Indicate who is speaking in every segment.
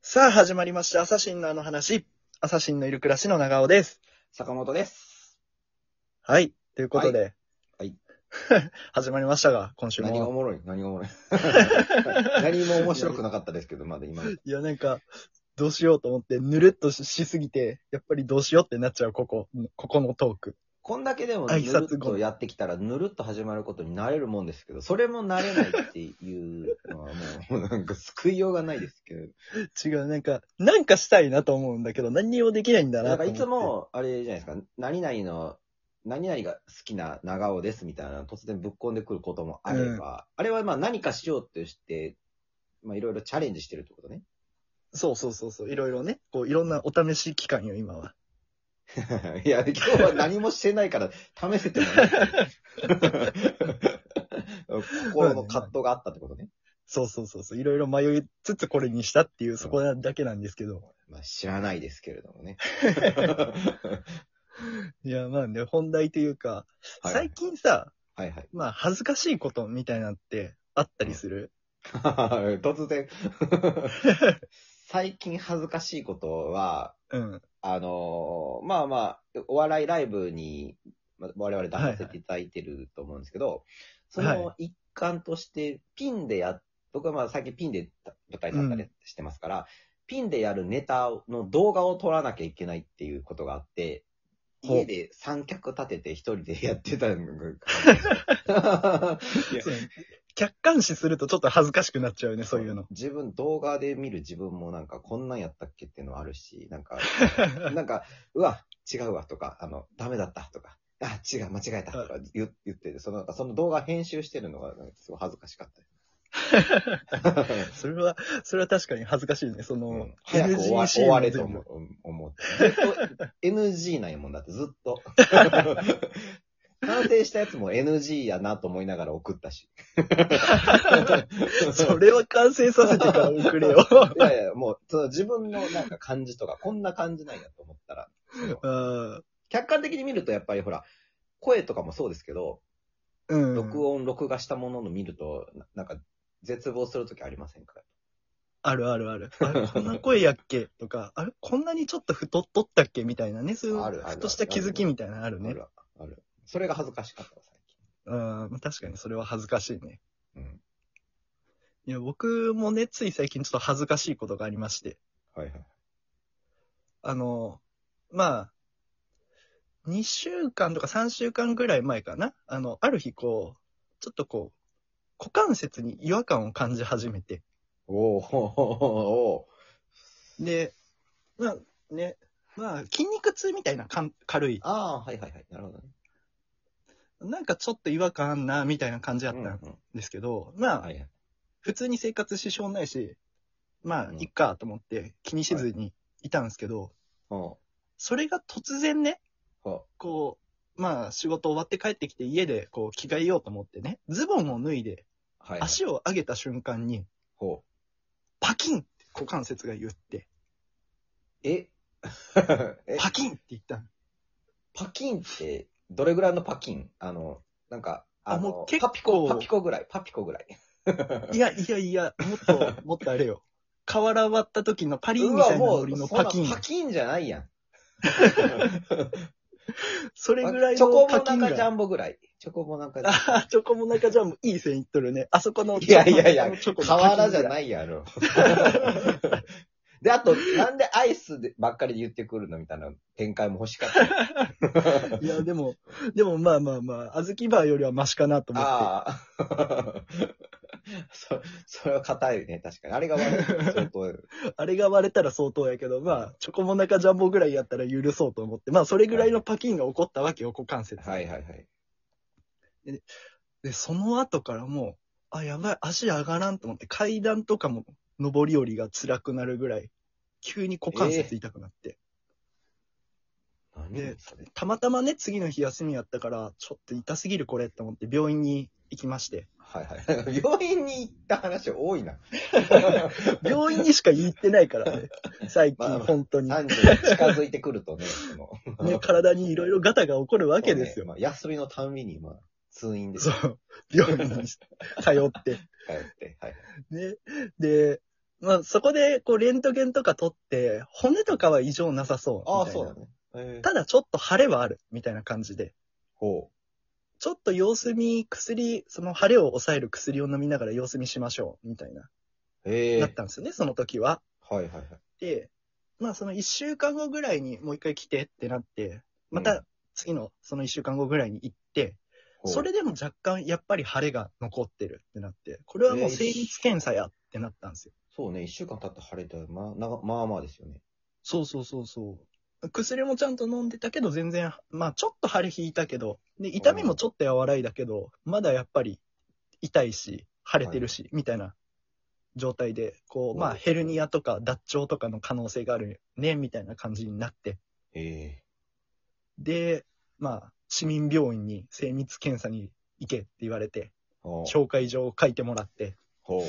Speaker 1: さあ、始まりました。アサシンのあの話。アサシンのいる暮らしの長尾です。
Speaker 2: 坂本です。
Speaker 1: はい。ということで。
Speaker 2: はい
Speaker 1: 始まりましたが、今週
Speaker 2: 何がお
Speaker 1: も。
Speaker 2: もろい何がおもろい 何も面白くなかったですけど、まだ今の。
Speaker 1: いや、なんか、どうしようと思って、ぬるっとししすぎて、やっぱりどうしようってなっちゃう、ここ。ここのトーク。
Speaker 2: こんだけでもぬ
Speaker 1: 挨
Speaker 2: る
Speaker 1: 拶後
Speaker 2: っとやってきたら、ぬるっと始まることになれるもんですけど、それも慣れないっていうのはもう、なんか救いようがないですけど。
Speaker 1: 違う、なんか、なんかしたいなと思うんだけど、何にもできないんだ
Speaker 2: な
Speaker 1: なんと
Speaker 2: か
Speaker 1: 思っ
Speaker 2: い
Speaker 1: て。
Speaker 2: つも、あれじゃないですか、何々の、何々が好きな長尾ですみたいな突然ぶっこんでくることもあれば、あれはまあ何かしようってして、まあいろいろチャレンジしてるってことね。
Speaker 1: そうそうそうそう。いろいろね。こう、いろんなお試し期間よ、今は。
Speaker 2: いや、今日は何もしてないから、試せてもない。心の葛藤があったってことね。
Speaker 1: そうそうそうそう。いろいろ迷いつつこれにしたっていう、そこだけなんですけど。
Speaker 2: まあ、知らないですけれどもね。
Speaker 1: いや、まあね、本題というか、
Speaker 2: はい
Speaker 1: 最近さ、
Speaker 2: はいはい。
Speaker 1: まあ、恥ずかしいことみたいなってあったりする、
Speaker 2: 突然。最近恥ずかしいことは、
Speaker 1: うん、
Speaker 2: あのーまあまあ、お笑いライブに、まあ我々出させていただいてると思うんですけど、その一環として、ピンでや、僕はまあ最近ピンで舞台だったりしてますから、ピンでやるネタの動画を撮らなきゃいけないっていうことがあって、
Speaker 1: ほう
Speaker 2: 家で三脚立てて一人でやってたのがいや
Speaker 1: そう客観視するとちょっと恥ずかしくなっちゃうね、 そういうの。
Speaker 2: 自分、動画で見る自分もなんか、こんなんやったっけっていうのあるし、なんか、 なんか、うわ、違うわとか、あの、ダメだったとか、あ、違う、間違えたとか言言ってて、そのなんかその動画編集してるのが、なんかすごい恥ずかしかった。
Speaker 1: それは、それは確かに恥ずかしいね、その、
Speaker 2: うん早く終わ
Speaker 1: NG シ
Speaker 2: 終
Speaker 1: ーン
Speaker 2: わ
Speaker 1: も
Speaker 2: れ
Speaker 1: 全部
Speaker 2: と思う思って。ずっと NG なんやもんだって、ずっと。 完成したやつも NG やなと思いながら送ったし。
Speaker 1: それは完成させてから送れよ。
Speaker 2: いやいや、もう、その自分のなんか感じとか、こんな感じなんやと思ったら、その
Speaker 1: うん
Speaker 2: 客観的に見るとやっぱりほら、声とかもそうですけど、
Speaker 1: うん。
Speaker 2: 録音、録画したものの見ると、ななんか、絶望するときありませんか
Speaker 1: あるあるあ る。あれ、こんな声やっけとか、あれ、こんなにちょっと太っとったっけみたいなね、そうい
Speaker 2: あ
Speaker 1: う、
Speaker 2: るあるある
Speaker 1: ふとした気づきみたいなのある
Speaker 2: あ
Speaker 1: ね。
Speaker 2: る、ある。それが恥ずかしかったわ、最
Speaker 1: うん、確かにそれは恥ずかしいね。
Speaker 2: 近。うん。
Speaker 1: いや、僕もね、つい最近ちょっと恥ずかしいことがありまして。
Speaker 2: はいはい。
Speaker 1: あの、まあ、2週間とか3週間ぐらい前かな。あの、ある日こう、ちょっとこう、股関節に違和感を感じ始めて。
Speaker 2: おーおーお
Speaker 1: で、まあね、まあ、筋肉痛みたいなかん軽い
Speaker 2: ー。ああ、はいはいはい。なるほどね。
Speaker 1: なんかちょっと違和感あんな、みたいな感じだったん
Speaker 2: うんうん
Speaker 1: ですけど、まあ、
Speaker 2: はいはい。
Speaker 1: 普通に生活支障ないし、まあ
Speaker 2: う、ん
Speaker 1: いっかと思って気にせずにいたんですけど、
Speaker 2: お
Speaker 1: それが突然ね、
Speaker 2: ーお
Speaker 1: こう、まあ仕事終わって帰ってきて家でこう着替えようと思ってね、ズボンを脱いで
Speaker 2: ーはいはい。
Speaker 1: 足を上げた瞬間に
Speaker 2: ほ
Speaker 1: パキンって股関節が言って、
Speaker 2: う。え え、
Speaker 1: パキンって言ったの
Speaker 2: パキンって、どれぐらいのパキンあの、なんか、あ
Speaker 1: あも
Speaker 2: の
Speaker 1: う、結構
Speaker 2: パピコ、パピコぐらい、パピコぐらい。
Speaker 1: いやいやいや、もっと、もっとあれ よ。瓦割った時のパリンみたいなノリのパキン。
Speaker 2: そんな
Speaker 1: そ
Speaker 2: パキンじゃな いやん。
Speaker 1: れぐらい
Speaker 2: チョコ
Speaker 1: の
Speaker 2: モ
Speaker 1: パ
Speaker 2: ナ
Speaker 1: キン
Speaker 2: カジャ
Speaker 1: が。
Speaker 2: ンボぐらい。チョコモナカジャン
Speaker 1: あー チョコモナカジャンもいい線いっとるね。あそこの
Speaker 2: ボ。いやいやいや、
Speaker 1: チョコモナカの
Speaker 2: 瓦じゃ
Speaker 1: い。
Speaker 2: ないやろ。 で、あと、なんでアイスでばっかり言ってくるのみたいな展開も欲しかった。
Speaker 1: いや、でも、でもまあまあまあ、あずきバーよりはマシかなと思って。
Speaker 2: ああ。 そ、それは硬いね、確かに。あれが悪い。相当。
Speaker 1: あれが割れたら相当やけど、まあ、チョコモナカジャンボぐらいやったら許そうと思って、まあ、それぐらいのパキンが起こったわけよ、股関節。
Speaker 2: はいはいはい。
Speaker 1: で、その後からもう、あ、やばい、足上がらんと思って、階段とかも上り下りが辛くなるぐらい、急に股関節痛くなって。
Speaker 2: 何それ。
Speaker 1: たまたまね、次の日休みやったから、ちょっと痛すぎるこれって思って、病院に行きまして。
Speaker 2: はいはい。病院に行った話多 いな。
Speaker 1: 病院にしか行ってないからね、最
Speaker 2: まあ
Speaker 1: 近、
Speaker 2: まあ
Speaker 1: 本当に。
Speaker 2: 30に近づいてくるとね、 その。
Speaker 1: ね、体にいろいろガタが起こるわけですよ。
Speaker 2: そうねまあ、休みのたんびに、まあ、通院で
Speaker 1: そ
Speaker 2: 通
Speaker 1: う。病院に通って。
Speaker 2: って。はい。
Speaker 1: ね。で、まあ、そこで、こう、レントゲンとか撮って、骨とかは異常なさそうみたいな。
Speaker 2: ああ、そうだね。えー
Speaker 1: ただ、ちょっと腫れはある、みたいな感じで。
Speaker 2: ほ
Speaker 1: ちょっと様子見、薬、その腫れを抑える薬を飲みながら様子見しましょう、みたいな。
Speaker 2: う。へえ。
Speaker 1: だったんですよね、その時は。
Speaker 2: はいはいはい。
Speaker 1: で、まあ、その1週間後ぐらいにもう一回来てってなって、ま
Speaker 2: うん
Speaker 1: た、次の、その1週間後ぐらいに行って、
Speaker 2: ほう
Speaker 1: それでも若干やっぱり腫れが残ってるってなって、これはもう精密検査やってなったんですよ。
Speaker 2: そうね、一週間経って晴れたら、まあ、ながまあまあですよね。
Speaker 1: そうそうそうそう。薬もちゃんと飲んでたけど全然、まあちょっと腫れ引いたけど、で、痛みもちょっと和らいだけど、まだやっぱり痛いし、腫れてるし、みたいな状態で、こう、ま
Speaker 2: う
Speaker 1: あ
Speaker 2: ん
Speaker 1: ヘルニアとか脱腸とかの可能性があるね、みたいな感じになって、
Speaker 2: へえ。
Speaker 1: で、まあ市民病院に精密検査に行けって言われて、
Speaker 2: ほう。
Speaker 1: 紹介状を書いてもらって、
Speaker 2: ほ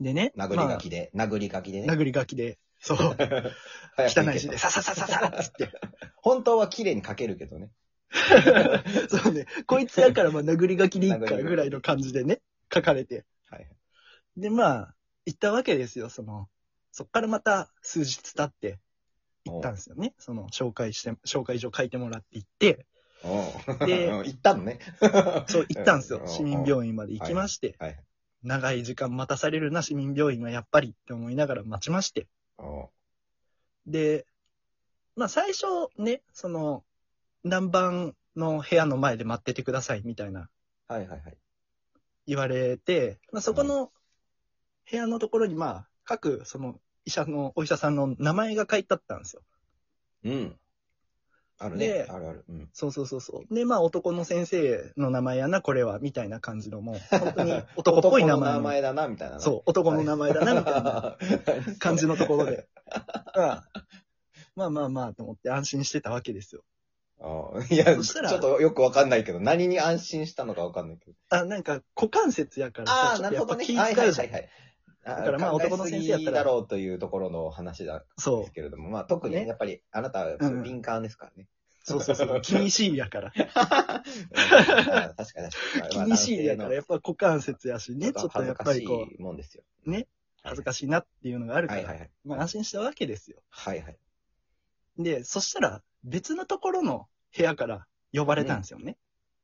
Speaker 1: でね、
Speaker 2: う。殴り書きで、殴り書きで
Speaker 1: まあ
Speaker 2: ね。
Speaker 1: 殴り書きで、そう、 汚い字で、
Speaker 2: す。
Speaker 1: さささささっつって。
Speaker 2: 本当は綺麗に書けるけ どね。
Speaker 1: そうね。こいつやからまあ殴り書きでいいからぐらいの感じでね、書かれて。
Speaker 2: はい。
Speaker 1: で、まあ、行ったわけですよ、その。そっからまた数日経って行ったんですよね。その、紹介して、紹介状書いてもらって行って、
Speaker 2: おう
Speaker 1: で
Speaker 2: 行った のね。
Speaker 1: そう行ったんですよ。市民
Speaker 2: 院。
Speaker 1: 病院まで行きまして、
Speaker 2: はい。
Speaker 1: 長い時間待たされるな、市民病院はやっぱりって思いながら待ちまして。
Speaker 2: おう
Speaker 1: で、まあ最初ね、その、何番の部屋の前で待っててくださいみたいな
Speaker 2: はいはいはい。
Speaker 1: 言われて、まあ、そこの部屋のところに、まあ、各、その、医者の、お医者さんの名前が書いてあったんですよ。
Speaker 2: うん。ある
Speaker 1: で
Speaker 2: ね。あるある。うん。
Speaker 1: そうそうそうそう。で、まあ、男の先生の名前やな、これは、みたいな感じの、もう、本当 に男っぽい名前
Speaker 2: 男の名
Speaker 1: の。
Speaker 2: 前だな、みたいなね。
Speaker 1: そう、男の名前だな、みたいな
Speaker 2: な
Speaker 1: 感じのところで。まあまあまあ、と思って安心してたわけですよ。
Speaker 2: あいや、
Speaker 1: そしたら
Speaker 2: ちょっとよくわかんないけど、何に安心したのかわかんないけど。
Speaker 1: あ、なんか、股関節やからさ、
Speaker 2: ああ、
Speaker 1: ちょ
Speaker 2: な
Speaker 1: っと
Speaker 2: る
Speaker 1: や
Speaker 2: ほ
Speaker 1: っぱ
Speaker 2: どね。
Speaker 1: 気
Speaker 2: はいは
Speaker 1: 遣
Speaker 2: いう
Speaker 1: じゃ
Speaker 2: は
Speaker 1: ん。
Speaker 2: いはい。だ
Speaker 1: からまあ男の先生やったら
Speaker 2: だろうというところの話だ。
Speaker 1: そう
Speaker 2: ですけれども、まあ特にね
Speaker 1: ね
Speaker 2: やっぱりあなたは
Speaker 1: うん
Speaker 2: 敏感ですから ね。
Speaker 1: そうそう そう、気にしいやから。
Speaker 2: うんあー確かに確かに。
Speaker 1: 気にしいやから、やっぱ股関節やしね、ちょっとや
Speaker 2: 恥ず
Speaker 1: っぱ
Speaker 2: かし
Speaker 1: りこう、
Speaker 2: いもんですよ。
Speaker 1: ね恥ずかしいなっていうのがあるか
Speaker 2: はいは
Speaker 1: ら
Speaker 2: い、はい。
Speaker 1: まあ安心したわけですよ。
Speaker 2: はいはい。
Speaker 1: で、そしたら別のところの部屋から呼ばれたんですよね。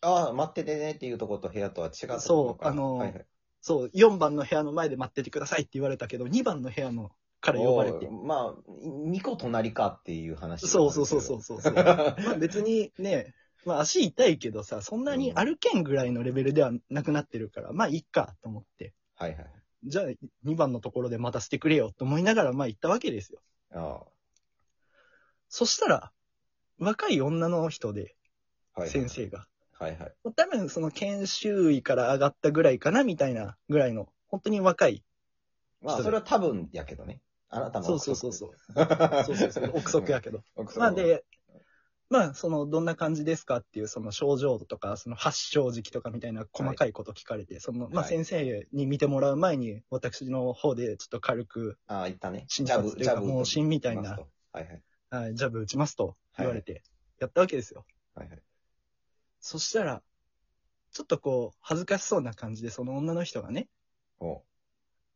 Speaker 2: ああ、待っててねっていうところと部屋とは違うところ
Speaker 1: そうあのー
Speaker 2: はいはい
Speaker 1: そう、4番の部屋の前で待っててくださいって言われたけど、2番の部屋のから呼ばれて。
Speaker 2: おーまあ、2個隣かっていう話。
Speaker 1: そうそうそうそうそうそう。 ま
Speaker 2: は
Speaker 1: あ別にね、まあ足痛いけどさ、そんなに歩けんぐらいのレベルではなくなってるから、まあいいかと思って。
Speaker 2: いはい。
Speaker 1: じゃあ2番のところで待たせてくれよと思いながらまあ行ったわけですよ。
Speaker 2: あ
Speaker 1: そしたら、若い女の人で、
Speaker 2: あ、はいはい
Speaker 1: 先。生が。
Speaker 2: はいはい。
Speaker 1: もう多分その研修医から上がったぐらいかなみたいなぐらいの、本当に若い。
Speaker 2: まあ、それは多分やけどね。あなたも。
Speaker 1: そうそうそうそう。
Speaker 2: う。
Speaker 1: そうそう そう。憶測やけど。
Speaker 2: 憶測。
Speaker 1: まあで、まあその、どんな感じですかっていうその症状とか、その発症時期とかみたいな細かいこと聞かれて、その、まあ
Speaker 2: はい
Speaker 1: 先生に見てもらう前に、私の方でちょっと軽く
Speaker 2: ああ、言ったね。
Speaker 1: 診察というか、問診みたい
Speaker 2: 打ちま
Speaker 1: な
Speaker 2: す、とはいはい。
Speaker 1: はい、ジャブ打ちますと言われて、やったわけですよ。
Speaker 2: はいはい。
Speaker 1: そしたら、ちょっとこう、恥ずかしそうな感じで、その女の人がね、
Speaker 2: ほ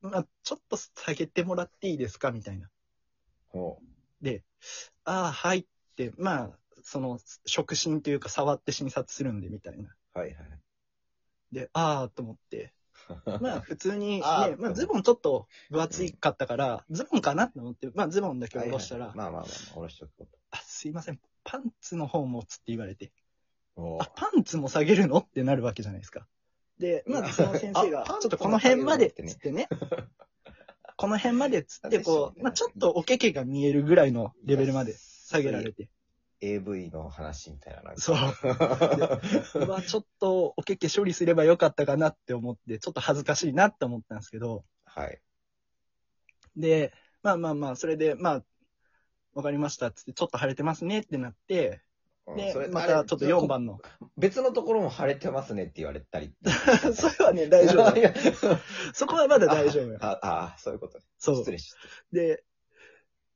Speaker 1: まあ、ちょっと下げてもらっていいですかみたいな。
Speaker 2: う。ほ
Speaker 1: で、ああ、はいって、まあ、その、触診というか、触って診察するんで、みたいな。
Speaker 2: う。はい
Speaker 1: で、ああ、と思って。
Speaker 2: はい。
Speaker 1: まあ、普通に、ね、
Speaker 2: あー
Speaker 1: まあ、ズボンちょっと分厚いかったから、ズボンかなと思って、まあ、ズボンだけ下ろしたら、
Speaker 2: はいはいまあまあまあ、下ろしとくこと。
Speaker 1: あ、すいません、パンツの方もつって言われて、
Speaker 2: ほ
Speaker 1: あ、パンツも下げるのってなるわけじゃないですか。で、まあ、その先生
Speaker 2: あ
Speaker 1: が、ち
Speaker 2: パ
Speaker 1: ょ
Speaker 2: ン
Speaker 1: っ
Speaker 2: ツ
Speaker 1: とこの辺まで、
Speaker 2: も下げるの
Speaker 1: つってね。この辺まで、つって、こ
Speaker 2: ですよね
Speaker 1: う、まあ、ちょっとおけけが見えるぐらいのレベルまで下げられて。
Speaker 2: AV の話みたいな。なんか
Speaker 1: そう。うわ、ちょっとおけけ処理すればよかったかなって思って、ちょっと恥ずかしいなって思ったんですけど、
Speaker 2: はい。
Speaker 1: で、まあまあまあ、それで、まあ、わかりましたっつって、ちょっと腫れてますねってなって、
Speaker 2: うん
Speaker 1: で
Speaker 2: それ、
Speaker 1: ま
Speaker 2: あ
Speaker 1: た
Speaker 2: れ
Speaker 1: ちょっと4番の。
Speaker 2: 別のところも腫れてますねって言われたり。
Speaker 1: それはね、大 丈夫。
Speaker 2: 夫。
Speaker 1: そこはまだ大丈夫よ。
Speaker 2: ああ、そういうことね。
Speaker 1: そう
Speaker 2: 失。礼し
Speaker 1: で、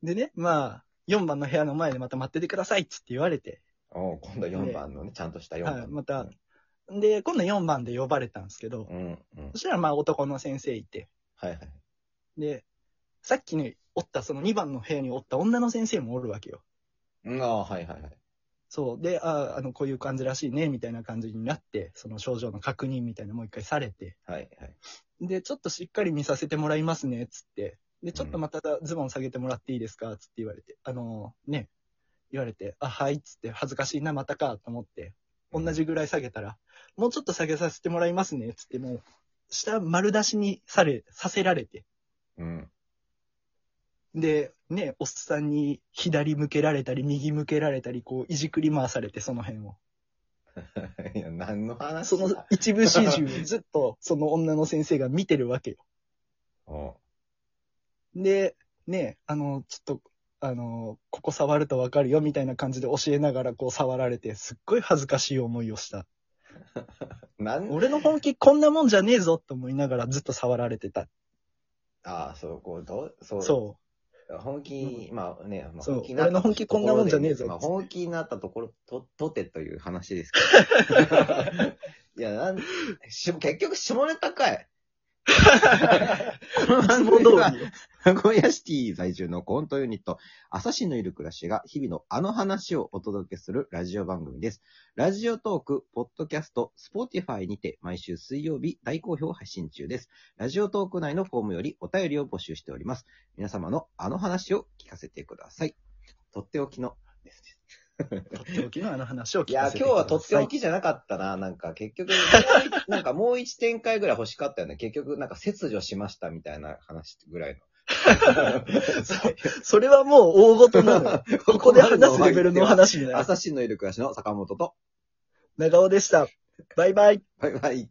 Speaker 1: でね、まあ、4番の部屋の前でまた待っててくださいっつって言われて、
Speaker 2: た。おう今度は4番のね、ちゃんとした4番。
Speaker 1: はいまたで、今度4番で呼ばれたんですけど
Speaker 2: う、ん、うん。
Speaker 1: そしたらまあ男の先生いて、
Speaker 2: はいはい。
Speaker 1: で、さっきね、おった、その2番の部屋におった女の先生もおるわけよ。
Speaker 2: うん、ああ、はいはいはい。
Speaker 1: そう。で、ああ、あの、こういう感じらしいね、みたいな感じになって、その症状の確認みたいなのもう一回されて、
Speaker 2: はいはい。
Speaker 1: で、ちょっとしっかり見させてもらいますね、つって。で、ちょっとまたズボン下げてもらっていいですか、つって言われて。あのーね、言われて、あ、はい、つって、恥ずかしいな、またか、と思って、同じぐらい下げたら、もうちょっと下げさせてもらいますね、つって、もう、下丸出しにされ、させられて。
Speaker 2: うん。
Speaker 1: で、ね、おっさんに左向けられたり、右向けられたり、こう、いじくり回されて、その辺を。
Speaker 2: いや、何の話
Speaker 1: その一部始終をずっと、その女の先生が見てるわけよ。
Speaker 2: の、
Speaker 1: で、ね、あの、ちょっと、あの、ここ触るとわかるよみたいな感じで教えながらこう触られて、すっごい恥ずかしい思いをした。
Speaker 2: うんなん
Speaker 1: 俺の本気こんなもんじゃねえぞと思いながらずっと触られてた。
Speaker 2: ああ、そう、こう、どう、そう。。
Speaker 1: そう
Speaker 2: 本気、まあね、まあ、
Speaker 1: そう
Speaker 2: になっ
Speaker 1: 俺
Speaker 2: た
Speaker 1: の本気こんなもんじゃねえぞ
Speaker 2: まあ、本気になったところと、とてという話です けど。いや、なん、し結局、下ネタかい。 この
Speaker 1: う。いつも
Speaker 2: 番組
Speaker 1: 通り
Speaker 2: は
Speaker 1: よ。
Speaker 2: 名古屋シティ在住のコントユニット、朝日のいる暮らしが日々のあの話をお届けするラジオ番組です。ラジオトーク、ポッドキャスト、スポーティファイにて毎週水曜日大好評配信中です。ラジオトーク内のフォームよりお便りを募集しております。皆様のあの話を聞かせてください。とっておきのですね。
Speaker 1: とっておきのあの話を
Speaker 2: い
Speaker 1: 聞
Speaker 2: や
Speaker 1: か
Speaker 2: ー、
Speaker 1: せて
Speaker 2: 今
Speaker 1: ください。
Speaker 2: 日はとっておきじゃなかったな。なんか結局、なんかもう一 展開ぐらい欲しかったよね。結局、なんか切除しましたみたいな話ぐ らいの。
Speaker 1: そうそれはもう大ごとなの よ。 こ こで話すレベルの話になる。
Speaker 2: 朝日のいる暮らしの坂本と、
Speaker 1: 長尾でした。バイバイ。
Speaker 2: バイバイ。